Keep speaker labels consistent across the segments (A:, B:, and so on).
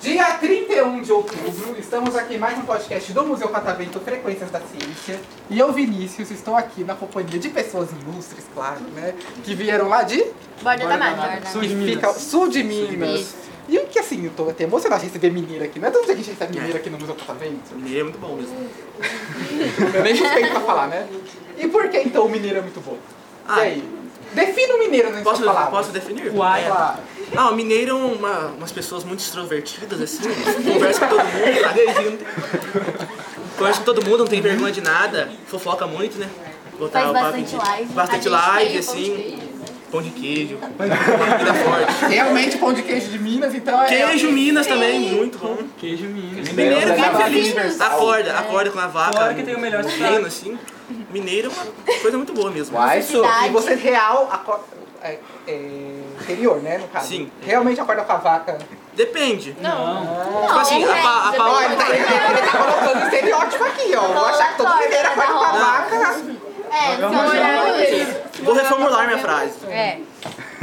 A: Dia 31 de outubro, estamos aqui em mais um podcast do Museu Catavento Frequências da Ciência. E eu, Vinícius, estou aqui na companhia de pessoas ilustres, claro, né? Que vieram lá de.
B: Borda da Mata.
A: Sul de Minas. Fica, sul de Minas.
B: Isso.
A: E o que assim, eu tô até emocionado de receber mineira aqui. Não é todo dia que a gente recebe mineira aqui no Museu Catavento?
C: Mineiro é muito bom mesmo.
A: Eu nem suspeito pra falar, né? E por que então o mineiro é muito bom? E
C: Ah,
A: aí? Defina o mineiro nas
C: Posso,
A: suas palavras.
C: posso definir?
A: Vai
C: É.
A: lá.
C: Ah, o mineiro é uma, umas pessoas muito extrovertidas, assim. Conversa com todo mundo, tá regindo. Conversa com todo mundo, não tem vergonha de nada. Fofoca muito, né? Botar
B: Faz
C: o papo
B: bastante
C: de-
B: live.
C: Bastante
B: A gente
C: live,
B: tem o pão de
C: assim.
B: queijo.
C: Pão de queijo. Comida forte.
A: Realmente pão de queijo de Minas, então é.
C: Queijo Minas também, muito bom.
D: Queijo Minas.
C: Mineiro
A: Mineiro
C: vive
A: é
C: feliz. Acorda, acorda com a vaca. um
D: Fora que tem o melhor
C: reino, assim. Mineiro é uma coisa muito boa mesmo.
A: Uai, Su,
B: Cidade.
A: e você real acorda. É, é, interior, né? No caso.
C: Sim.
A: Realmente acorda com a vaca.
C: Depende.
D: Não.
C: Tipo assim, a,
B: é,
C: pa-
A: Olha,
C: a
A: ele
C: Paola...
A: tá, ele, ele tá colocando um estereótipo aqui, ó. Vou achar que todo
B: Acorda,
A: mineiro acorda com a vaca.
B: É, seu horário.
C: Vou reformular minha frase.
B: É.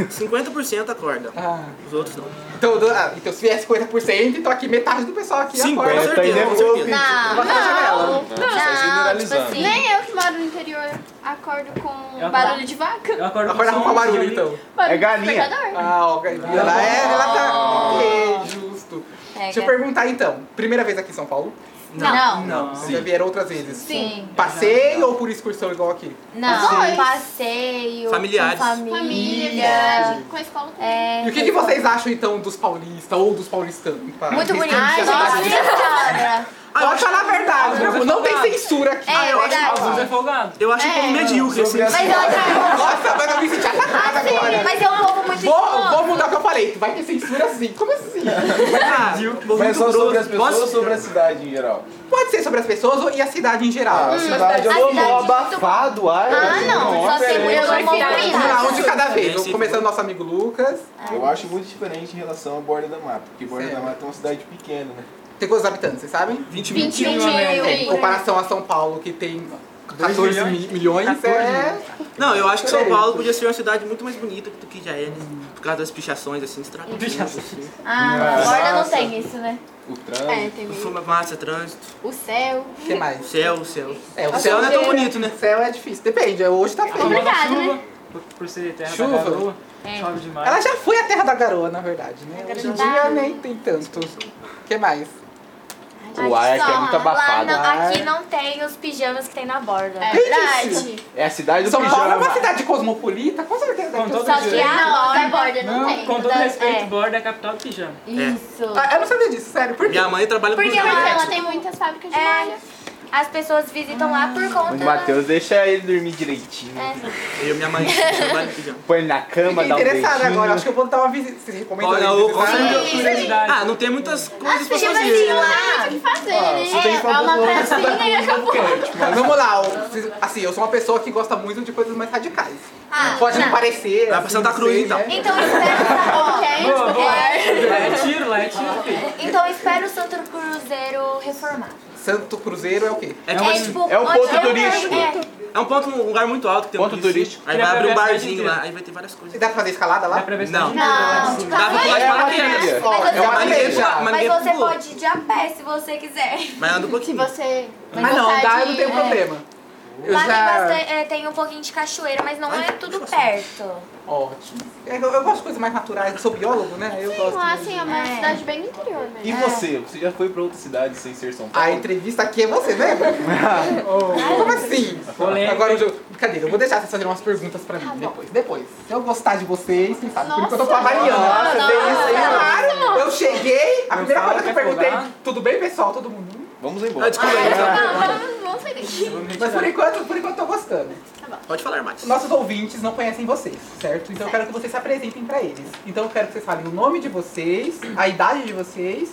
C: 50% acorda.
A: Ah,
C: Os outros não.
A: então, do- ah, então se vier 50%, então aqui metade do pessoal aqui
C: Sim,
A: acorda.
C: com
E: né?
C: certeza, com certeza.
B: Não,
A: Bota na janela.
B: não. Não, tipo
E: generalizando.
B: assim. Nem eu que moro no interior acordo com
D: Eu
B: barulho de vaca.
D: Eu acordo
A: Acorda
D: som
A: com o barulho,
D: de-
A: então.
B: Barulho
E: É
B: de
E: galinha.
B: despertador.
A: Ah, ó, ela é, ela tá. Ok, justo. Deixa eu
B: Oh. Pega.
A: perguntar então. Primeira vez aqui em São Paulo?
B: Não.
D: Não.
A: Vocês já vieram outras vezes?
B: Sim.
A: Passeio ou por excursão igual aqui?
B: Não.
F: Sim.
B: Passeio.
C: Familiares.
F: Com
B: Família.
F: família.
B: Com a escola também.
F: É.
A: E o que, que vocês acham então dos paulistas ou dos paulistanos? Pá,
B: Muito bonito.
A: restringir
B: Ai,
A: essa
B: nossa,
A: palavra.
B: senhora.
C: Ah, eu
A: Pode
C: acho,
A: falar a tá verdade, meu amor, não tem censura aqui. Ah,
B: É
C: eu acho
D: Às vezes
B: verdade.
D: é folgado.
C: eu acho um
B: É.
C: pouco medíocre, assim.
B: Mas ela tá.
A: Nossa, mas eu me senti atacada agora.
B: Mas é um povo muito
A: Vou, vou
B: escroto.
A: mudar o que eu falei, vai ter censura sim. Como assim?
C: Ah,
E: Mas
C: movimento
E: só sobre as
C: grosso.
E: pessoas ou
C: Nossa,
E: sobre a cidade em geral?
A: Pode ser sobre as pessoas ou- e a cidade em geral.
E: a cidade
B: a
E: é
B: cidade é
E: mó
B: muito
E: abafado, ai.
B: Ah, não. Só tem
F: Eu
B: mulher no
F: prefiro
B: movimento.
A: Um de cada vez.
C: Sim,
A: Vamos
C: sim.
A: começando nosso amigo Lucas.
E: Eu acho muito diferente em relação à Borda da Mata, porque Borda
A: Sério?
E: da Mata é uma cidade pequena, né?
A: Tem quantos habitantes, vocês sabem?
C: 20 mil.
B: 21
A: É, em
B: mil.
A: comparação a São Paulo, que tem 14 mi- milhões, é...
C: Não, eu acho que São Paulo podia ser uma cidade muito mais bonita do que já é, né? Por causa das pichações, assim, estrada.
D: Pichações.
C: Assim.
B: Ah,
E: Nossa.
B: borda não tem isso, né?
E: O
F: É,
E: trânsito.
B: tem
C: Fuma, massa, trânsito.
B: O céu.
A: O que
C: O
A: mais?
C: céu, o céu.
A: É,
C: O céu não é tão bonito, né?
A: O céu é difícil, depende. Hoje tá
D: Tomando
A: feio.
B: Obrigada,
D: chuva,
B: É né?
D: por, por ser terra
A: Chuva.
D: da garoa,
B: É.
D: chove demais.
A: Ela já foi a terra da garoa, na verdade, né?
B: É
A: Hoje em
B: verdade.
A: dia nem tem tanto. O que mais?
E: O ar aqui é muito abafado. né?
F: Lá não- aqui
A: Ai.
F: não tem os pijamas que tem na borda.
B: É
A: Quem
B: verdade.
E: É a cidade do
A: São Paulo é uma
E: pijama.
A: cidade cosmopolita, com certeza.
D: Com
A: deve ter
D: todo
A: um-
B: Só que a borda, a borda não,
D: Não,
B: tem.
D: com todo
B: Da-
D: respeito,
B: é.
F: Então,
D: borda é a capital do pijama.
B: Isso.
A: Ah, Eu não sabia disso, sério. Por quê?
C: Minha mãe trabalha com
B: Porque
C: jornal.
B: lá ela tem muitas fábricas de
F: É.
B: malha.
F: As pessoas visitam lá por
E: O
F: conta.
E: Matheus deixa ele dormir direitinho.
C: Eu e minha mãe trabalham com pijama.
E: Põe na cama,
A: Fiquei
E: dá um
A: interessada
E: beijinho.
A: agora. Acho que eu vou dar uma visita. Vocês recomendam?
C: Olha,
A: eu
C: eu-
A: visitar?
C: com certeza.
D: Curiosidade.
C: Ah, não tem muitas coisas pra fazer.
B: Mas assim,
C: né?
B: lá não tem o que fazer, né?
E: Você Ah, tem que
B: É uma
E: fazer
B: pracinha e acabou.
A: Mas vamos lá. eu- vocês- Assim, eu sou uma pessoa que gosta muito de coisas mais radicais.
B: Ah,
A: Pode não
B: tá.
A: parecer.
C: Vai pra
A: assim,
C: Santa
A: não
C: Cruz,
A: sei,
C: então.
A: né?
F: Então espero
B: Ó, quer
D: Boa, boa.
B: explorar?
D: Lá é tiro, lá é tiro, filho.
F: Então espero o Santo Cruzeiro reformar.
A: Santo Cruzeiro é o quê?
C: É,
F: É,
C: tipo,
F: tipo,
E: é um
F: onde
E: ponto
F: eu-
E: turístico.
F: é.
C: é um ponto, um lugar muito alto que tem um
E: Ponto turístico.
C: Aí
D: Dá
C: vai
D: pra
C: abrir um
D: ver a cidade
C: barzinho
D: inteira.
C: lá, aí vai ter várias coisas.
A: Dá pra fazer escalada lá?
D: Dá pra ver se tá
C: Não.
B: Não,
D: Não.
C: Dá pra pular de
E: É uma
C: paraquedas.
E: ilha.
A: Ó,
F: Mas
A: é
F: eu
A: uma
C: Mas ninguém
A: igreja.
C: pula- mas
F: Mas
C: ninguém
F: você
C: pula.
F: pode ir de a pé se você quiser.
C: Mas anda um pouquinho.
B: Você.
A: Ah, não, dá, não tem problema. Eu
F: é. Lá tem,
A: já.
F: bastante- é, tem um pouquinho de cachoeira, mas não
C: Ai,
F: é tudo
C: nossa.
F: perto.
A: Ótimo. É, Eu, eu gosto de coisas mais naturais. Eu sou biólogo, né? Eu gosto.
B: Lá, assim, é uma
F: É.
B: cidade bem do interior mesmo.
E: E você? Você já foi pra outra cidade sem ser São
A: A
E: Paulo?
A: entrevista aqui é você, né? Como assim?
D: Oh. Polêmica.
A: Agora o jogo. Brincadeira, eu vou deixar vocês fazerem umas perguntas pra mim depois. Depois. Se eu gostar de vocês, vocês sabem. Por enquanto eu tô avaliando.
B: Nossa,
A: Nossa, tem isso aí,
B: nossa.
A: claro. Eu cheguei, a
D: Não
A: primeira
D: fala,
A: coisa que eu
D: quer
A: perguntei,
D: folgar?
A: tudo bem, pessoal? Todo mundo? "Hum".
E: Vamos
C: Ah,
E: embora.
C: desculpa,
B: Não, vamos, vamos sair daqui.
A: Mas por enquanto, por enquanto eu tô gostando.
F: é.
C: pode falar mais.
A: Nossos ouvintes não conhecem vocês, certo? Então eu quero que vocês se apresentem pra eles. Então eu quero que vocês falem o nome de vocês, a idade de vocês.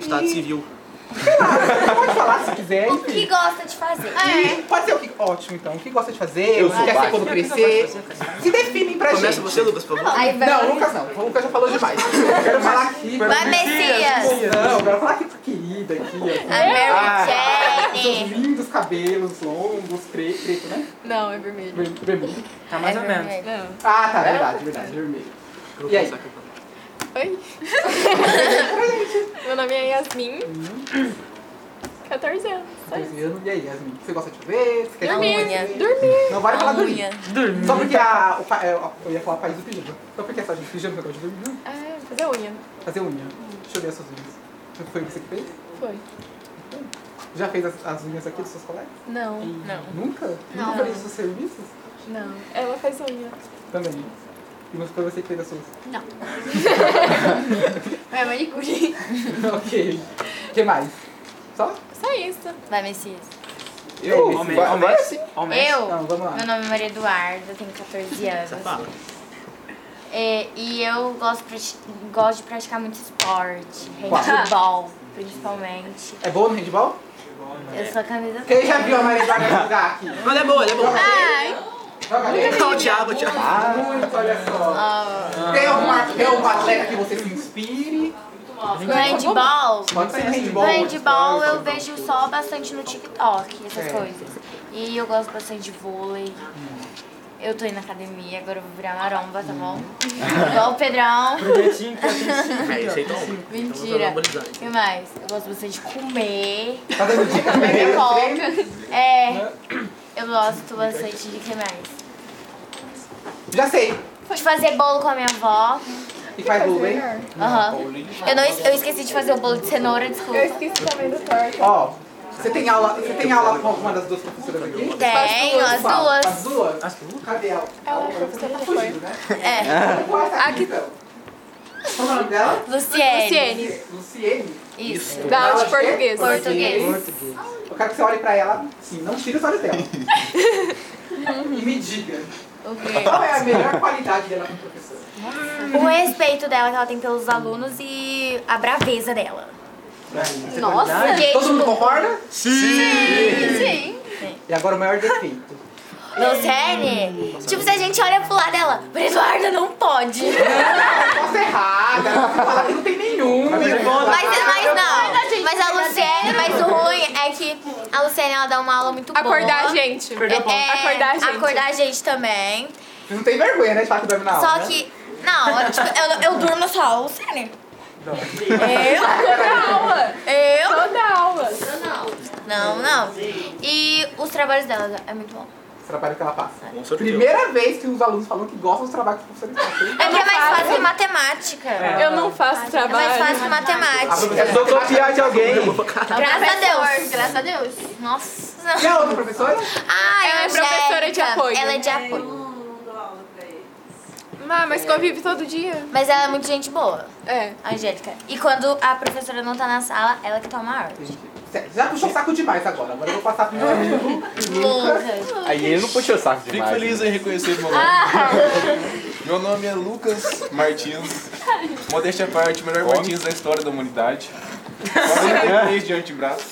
C: Estado
A: e-
C: civil.
A: Pode falar se quiser,
F: O
A: enfim. É.
F: que gosta de fazer?
G: É.
A: E Pode ser o que. Ótimo, então. O que gosta de fazer?
E: Eu
A: o que
E: sou
A: quer ser
E: baixo.
A: quando crescer?
D: tá
A: Se definem pra
C: Começa
A: gente.
C: você, Lucas, por favor.
F: Aí vai.
A: Não, o Lucas não. O Lucas já falou demais. Eu quero falar aqui.
F: Vai, Messias!
A: Não, eu quero falar aqui porque linda aqui.
F: A
A: Assim.
F: Mary
A: Seus
F: Jane.
A: lindos cabelos longos, pre- preto, né?
G: Não, é vermelho.
A: Ver- Vermelho.
D: Tá
B: É
D: mais ou
F: É
D: menos.
G: Não.
A: Ah, tá, verdade, verdade, vermelho.
C: Eu vou
A: E aí?
C: começar com a-
G: Oi? Meu nome é Yasmin. 14 anos. Só isso.
A: Esse ano. E aí, Yasmin, você gosta de ver? Você quer
G: Dormir.
A: falar de ver?
G: Dormir.
A: Não vale falar dormir.
F: Unha.
D: Dormir.
A: Só porque a. o pa- é, ó, eu ia falar país do pijama. Só porque essa de pijama que eu gosto de dormir, não.
G: Ah, é, fazer unha.
A: Fazer unha. Deixa eu ver as suas unhas. Foi você que fez?
G: Foi.
A: Já fez as, as unhas aqui dos seus colegas?
G: Não,
A: Nunca? Nunca fez os seus serviços?
G: não. Ela faz unha.
A: Também. E mas foi você que fez as suas.
B: É manicure.
A: ok. O que mais? Só?
G: Só isso.
F: Vai, Messias.
E: Eu?
D: Homem,
E: Vai-
D: homem.
E: vai sim.
D: Homem.
F: Eu?
A: Não, vamos lá.
F: Meu nome é Maria Eduarda, eu tenho 14 anos.
C: Fala.
F: É, e eu gosto, prati- gosto de praticar muito esporte, handball, principalmente.
A: É boa no handball?
F: Eu sou a camisa
A: Quem já viu a Maria Eduarda jogar aqui?
C: Mas ela é boa, ela é boa.
F: Ah,
A: Joga bem?
C: Ah, o Thiago, o Thiago.
A: Muito, olha só.
F: Ah.
A: Tem alguma, tem alguma atleta que você se inspire?
F: No handball,
A: Pode ser
F: no
A: handball.
F: handball eu vejo só bastante no TikTok, essas
A: É.
F: coisas. E eu gosto bastante de vôlei.
A: Hum.
F: Eu tô indo na academia, agora eu vou virar maromba, tá bom? Igual o Pedrão.
D: Projetinho que eu tenho.
C: É isso aí, então.
F: Mentira.
C: Então, eu vou
F: O que mais? Eu gosto bastante de comer.
A: Tá dando dica pra
F: Eu
A: ele? assim?
F: gosto. É.
A: Hum.
F: Eu gosto bastante de que mais?
A: Já sei.
F: De fazer bolo com a minha avó.
A: E faz bolo, Tá hein?
F: Aham. Eu, não, es- eu esqueci de fazer o bolo de cenoura, desculpa.
G: Eu esqueci também do torta.
A: Ó, você tem aula, você tem aula com alguma das duas professoras aqui?
F: Tenho as
A: Fala. As
F: duas.
A: duas? Cadê ela?
G: Ela é professora
A: Tá
G: de
A: fugindo, né?
F: É.
A: Qual é essa aqui,
G: Aqui.
A: então? Qual é o nome dela?
F: Luciene.
G: Luciene.
A: Luciene.
F: Isso.
G: Da aula de
A: Ela é
G: português.
F: Português.
A: Eu quero que você olhe pra ela, sim, não tire os olhos dela. e me diga,
F: O quê?
A: qual é a melhor qualidade dela como professora?
F: O respeito dela que ela tem pelos alunos e a braveza dela.
G: Nossa.
F: Porque,
A: Todo mundo
F: tipo,
A: concorda?
G: Sim.
A: E agora o maior defeito.
F: Luciene, tipo, se a gente olha pro lado dela, "Mas Eduarda não pode.
A: Posso errada, ela fala que não tem nenhum.
F: Mas, é mas não, mas a Luciene, mas o ruim é que a Luciene ela dá uma aula muito boa.
G: Acordar a gente.
D: Perdeu o ponto.
F: É,
G: Acordar a gente.
F: Acordar a gente também.
A: Não tem vergonha, né, de falar que dorme na aula.
F: Só
A: né?
F: que, não, eu, tipo, eu, eu durmo só a Luciene. é Eu?
G: Toda aula.
F: Eu?
G: Toda aula.
F: Não, não. E os trabalhos dela é muito bom.
A: Esse trabalho que ela passa.
C: Bom sorteio.
A: Primeira vez que os alunos falam que gostam dos trabalhos que os professores fazem.
F: É que é mais
G: faço.
F: fácil em matemática. É,
G: Eu não
B: Ah,
G: faço
F: mais
G: trabalho.
F: fácil em
A: A
F: matemática.
A: professora
E: Só copiar de alguém.
F: Graças a Deus.
B: Graças a Deus.
F: Nossa.
A: Quem é a outra professora?
F: Ah,
G: Ela é professora de apoio.
F: Ela é de apoio.
G: Ah, mas convive todo dia.
F: Mas ela é muito gente boa,
G: É.
F: a Angélica. E quando a professora não tá na sala, ela que toma a ordem.
A: Sério, Já puxou o saco demais agora. Agora eu vou passar pro meu amigo.
F: Lucas.
E: Aí ele não puxou o saco né?
H: Fico
E: demais.
H: feliz em reconhecer meu nome.
A: Ah.
H: Meu nome é Lucas Martins. Modéstia à parte, o melhor Martins da história da humanidade.
E: É.
H: 43 de antebraço.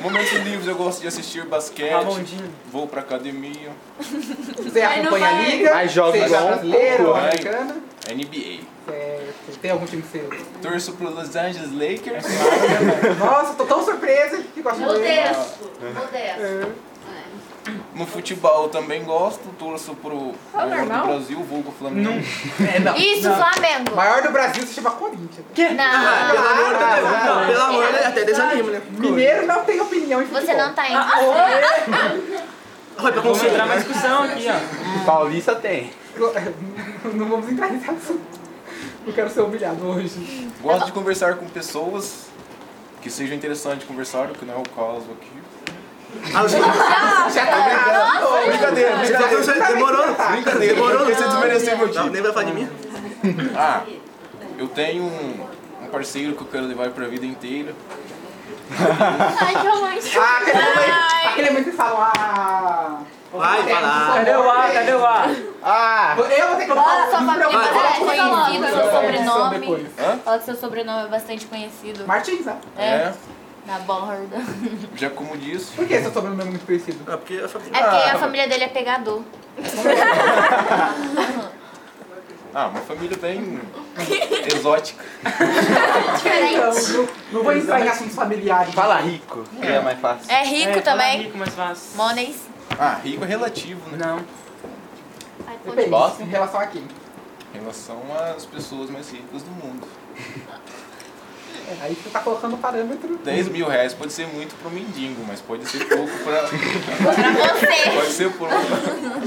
H: Momentos livres eu gosto de assistir basquete.
D: Ramondinho.
H: Vou pra academia.
A: Você acompanha a liga?
E: Mas joga
A: seja
E: igual um
A: brasileiro,
H: cocô, né?
A: americana.
H: NBA.
A: Certo. Tem algum time seu?
H: Torço pro Los Angeles Lakers.
A: Nossa, tô tão surpresa que gosto
B: Meu
A: dele.
B: Deus. Meu Deus.
H: No futebol eu também gosto. Torço pro maior do
G: normal.
H: Brasil, vulgo Flamengo.
A: É, não. Ah,
F: Isso,
A: O
F: Flamengo.
A: maior do Brasil se chama Corinthians.
F: Não,
C: Pelo amor de Deus. Ah, Não, pelo amor de Deus, até desanimo, né?
A: Mineiro não tem opinião em futebol.
F: você não tá indo.
A: Ah,
C: Olha, pra
D: Vamos entrar
C: concentrar
D: na discussão aqui, ó.
E: Paulista tem.
A: Não vamos entrar nesse assunto. Não quero ser humilhado hoje.
H: Gosto de conversar com pessoas que sejam interessantes de conversar, o que não é o caso aqui.
A: Já tá brincando.
H: Brincadeira, brincadeira.
C: Demorou.
H: Brincadeira,
C: Demorou.
H: porque você desmereceu meu
C: Não,
H: time.
C: nem vai falar de mim?
H: Ah, eu tenho um, um parceiro que eu quero levar pra vida inteira.
B: Ai, que romântico.
A: Ah, aquele momento, aquele momento que falam, ah...
C: Vai,
A: Cadê
C: vai lá.
A: o
D: Cadê o A? Cadê o A?
E: Ah!
A: Eu vou ter que um colocar
F: Fala
A: o
F: sua
A: link pra
F: família
A: você.
F: é bastante conhecida, seu
A: Edição
F: sobrenome.
A: depois.
F: Fala que seu sobrenome é bastante conhecido.
A: Martins, né?
H: É.
F: Na borda.
H: Já como disse,
A: Por que seu sobrenome é muito conhecido?
C: Ah, porque a família.
F: É porque a família dele é pegador.
H: ah, uma família bem Exótica.
A: Então, não, não vou entrar em assuntos familiares.
E: Fala rico, que é mais fácil.
F: É rico
D: É, fala
F: também.
D: rico, mas faz.
F: Monies.
H: Ah, rico é relativo, né?
D: Não.
A: Depende,
E: Gosta?
A: em relação a quem.
H: Em relação às pessoas mais ricas do mundo.
A: É, aí você tá colocando o parâmetro.
H: 10 mil reais pode ser muito pro mendigo, mas pode ser pouco pra.
F: Pra você.
H: Pode ser pouco.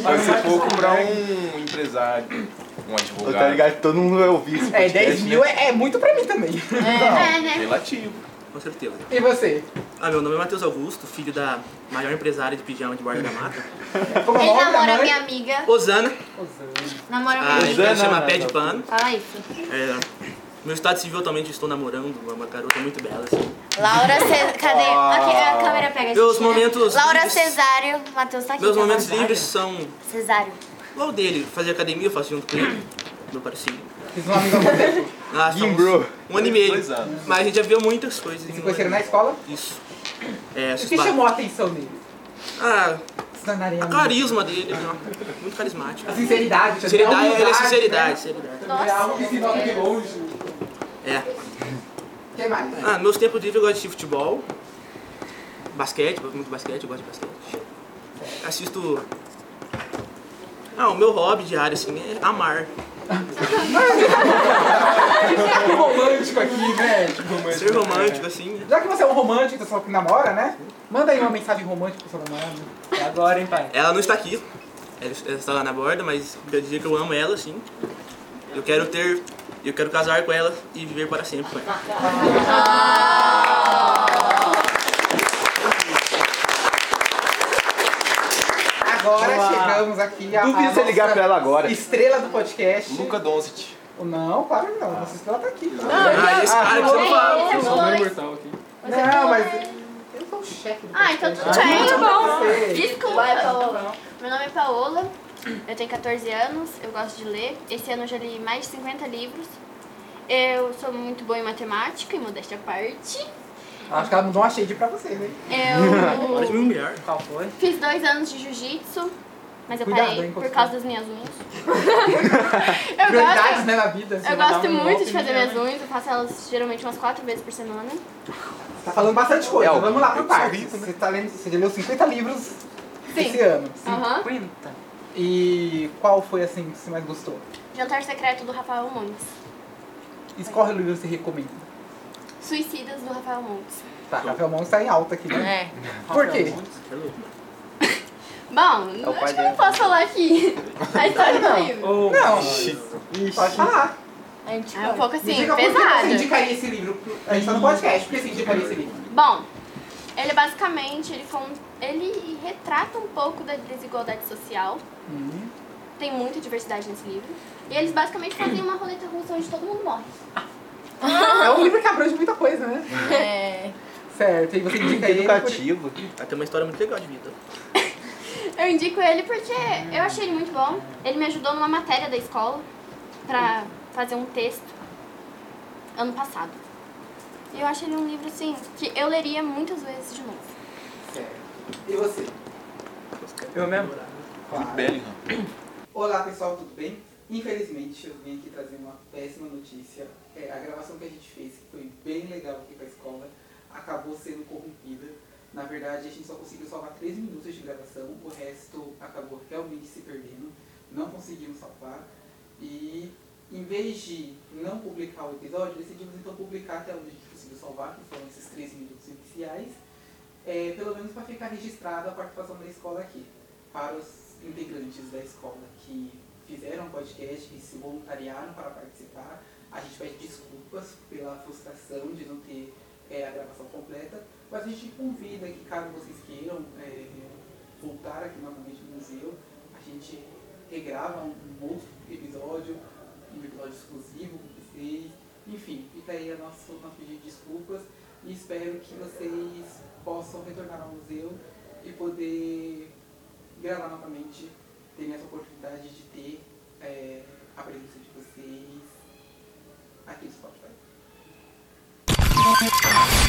H: Pode ser pouco pra um empresário, um advogado.
E: Eu tá ligado que todo mundo vai ouvir esse
A: É,
E: podcast,
A: 10 mil
E: né?
A: é, é muito pra mim também.
H: Não,
B: É, né?
H: relativo.
C: Com certeza.
A: E você?
C: Ah, meu nome é Matheus Augusto, filho da maior empresária de pijama de borda da mata.
A: Como é o
B: Ele
A: nome da
B: namora
A: mãe?
B: minha amiga.
C: Osana,
F: Namora
C: a
F: minha.
C: empresa
E: Osana,
C: chama
E: né?
C: Pé de Pano.
F: Fala isso.
C: É, meu estado civil atualmente eu estou namorando uma garota muito bela. Assim.
F: Laura Cesário. Cadê? Aqui, a câmera pega a gente.
C: Meus
F: né?
C: momentos
F: Laura
C: livres-
F: Cesário. Matheus tá aqui.
C: Meus
F: tá?
C: momentos livres são
F: Cesário.
C: igual dele, fazer academia, eu faço junto com ele, meu parceiro.
A: Fiz um amigo há pouco tempo.
C: Ah,
E: Jim
C: somos
E: Bro.
C: um ano e meio.
H: Dois anos.
C: Mas a gente já viu muitas coisas. em
A: Se
C: um
A: conheceram
C: ano
A: na
C: e
A: escola?
C: meio. Isso. É,
A: O que
C: suspeito.
A: chamou a atenção dele?
C: Ah,
A: Sandarinha.
C: a carisma dele, ó, muito carismático.
A: A sinceridade. também, a
C: Sinceridade, ele é
A: humildade,
C: sinceridade,
A: né?
C: sinceridade.
A: É algo que se nota de longe.
C: É.
A: O que mais?
C: Ah, meus tempos livres eu gosto de futebol, basquete, gosto muito de basquete, eu gosto de basquete. Assisto. Ah, o meu hobby diário, assim, é amar.
E: Ah.
A: Tá romântico aqui, velho.
C: Ser romântico, assim. né?
A: Já que você é um romântico, você falou que namora, né? Manda aí uma mensagem romântica pro seu namorado.
D: É agora, hein, pai?
C: Ela não está aqui, ela ela está lá na borda, mas quer dizer que eu amo ela, assim. Eu quero ter. Eu quero casar com ela e viver para sempre com ela.
A: Agora
D: Olá.
A: chegamos aqui a.
E: Duvido você ligar pra ela agora.
A: Estrela do podcast.
H: Luca Doncic.
A: Não, claro que não. Nossa estrela tá aqui. Não,
C: Ah, esse cara que você não fala.
B: Você
D: Eu
B: é
D: sou um
B: dois.
D: imortal aqui.
B: é
A: não mas.
B: né?
A: Eu sou o chefe do
B: Ah, então tudo
A: podcast.
B: bem.
A: Ah,
B: Tá
A: eu sei.
B: Desculpa. Meu nome é Paola, eu tenho 14 anos, eu gosto de ler. Esse ano eu já li mais de 50 livros. Eu sou muito boa em matemática, e modéstia à parte.
A: Acho que ela mandou uma shade pra você, né?
C: Para de me
B: Eu
C: humilhar.
D: Qual foi?
B: fiz dois anos de jiu-jitsu, mas eu
A: Cuidado,
B: parei
A: hein,
B: por
A: Costinha.
B: causa das minhas unhas.
G: É
B: eu
A: Prioridades,
B: gosto,
A: né, na vida.
B: eu
D: vai dar
B: gosto
D: um
B: muito
D: golpe
B: de fazer
D: nela,
B: minhas unhas, eu faço elas geralmente umas quatro vezes por semana.
A: Tá falando bastante coisa.
E: É, né? o-
A: Vamos lá
E: eu
A: pro
E: sou
A: parque. Você, tá lendo, você leu 50 livros esse
B: Sim.
A: ano.
B: Aham.
D: Quinta.
A: E qual foi, assim, que você mais gostou?
B: Jantar Secreto do Rafael Montes.
A: Escorre o livro que você recomenda.
B: Suicidas do Rafael Montes.
A: Tá, Rafael Mons tá em alta aqui, né?
F: É.
A: Por quê?
C: É louco.
B: Bom,
E: É o pai
B: acho que eu
E: dela.
B: não posso falar aqui a história do livro.
D: Ou
A: Não,
E: Ixi.
A: pode falar.
B: É um pouco
A: Me
B: assim,
A: diga por que você
B: pesado.
A: indicaria esse livro. pro- A gente tá no podcast, por que você indicaria esse livro?
B: Bom, ele basicamente ele, con- ele retrata um pouco da desigualdade social.
E: Uhum.
B: Tem muita diversidade nesse livro. E eles basicamente fazem uma roleta russa onde todo mundo morre.
A: É um livro que abrange muita coisa, né?
F: É.
A: Certo, e você indica ele. por-
E: Educativo.
C: Ela tem uma história muito legal de vida.
B: Eu indico ele porque eu achei ele muito bom. Ele me ajudou numa matéria da escola pra fazer um texto ano passado. E eu acho ele um livro assim que eu leria muitas vezes de novo.
A: E você?
D: eu mesmo?
H: Muito Bellingham.
A: Olá pessoal, tudo bem? Infelizmente eu vim aqui trazer uma péssima notícia. É, a gravação que a gente fez, que foi bem legal aqui pra escola, acabou sendo corrompida. Na verdade, a gente só conseguiu salvar 3 minutos de gravação, o resto acabou realmente se perdendo. Não conseguimos salvar. E em vez de não publicar o episódio, decidimos então publicar até onde a gente conseguiu salvar, que foram esses 3 minutos iniciais. É, pelo menos para ficar registrada a participação da escola aqui para os integrantes da escola que fizeram podcast, que se voluntariaram para participar. A gente pede desculpas pela frustração de não ter eh, a gravação completa, mas a gente convida que caso vocês queiram eh, voltar aqui novamente no museu, a gente regrava um, um outro episódio, um episódio exclusivo com vocês. Enfim, fica aí a nosso, nosso pedido de desculpas e espero que vocês possam retornar ao museu e poder gravar novamente, ter essa oportunidade de ter é, a presença de vocês aqui no Spotify.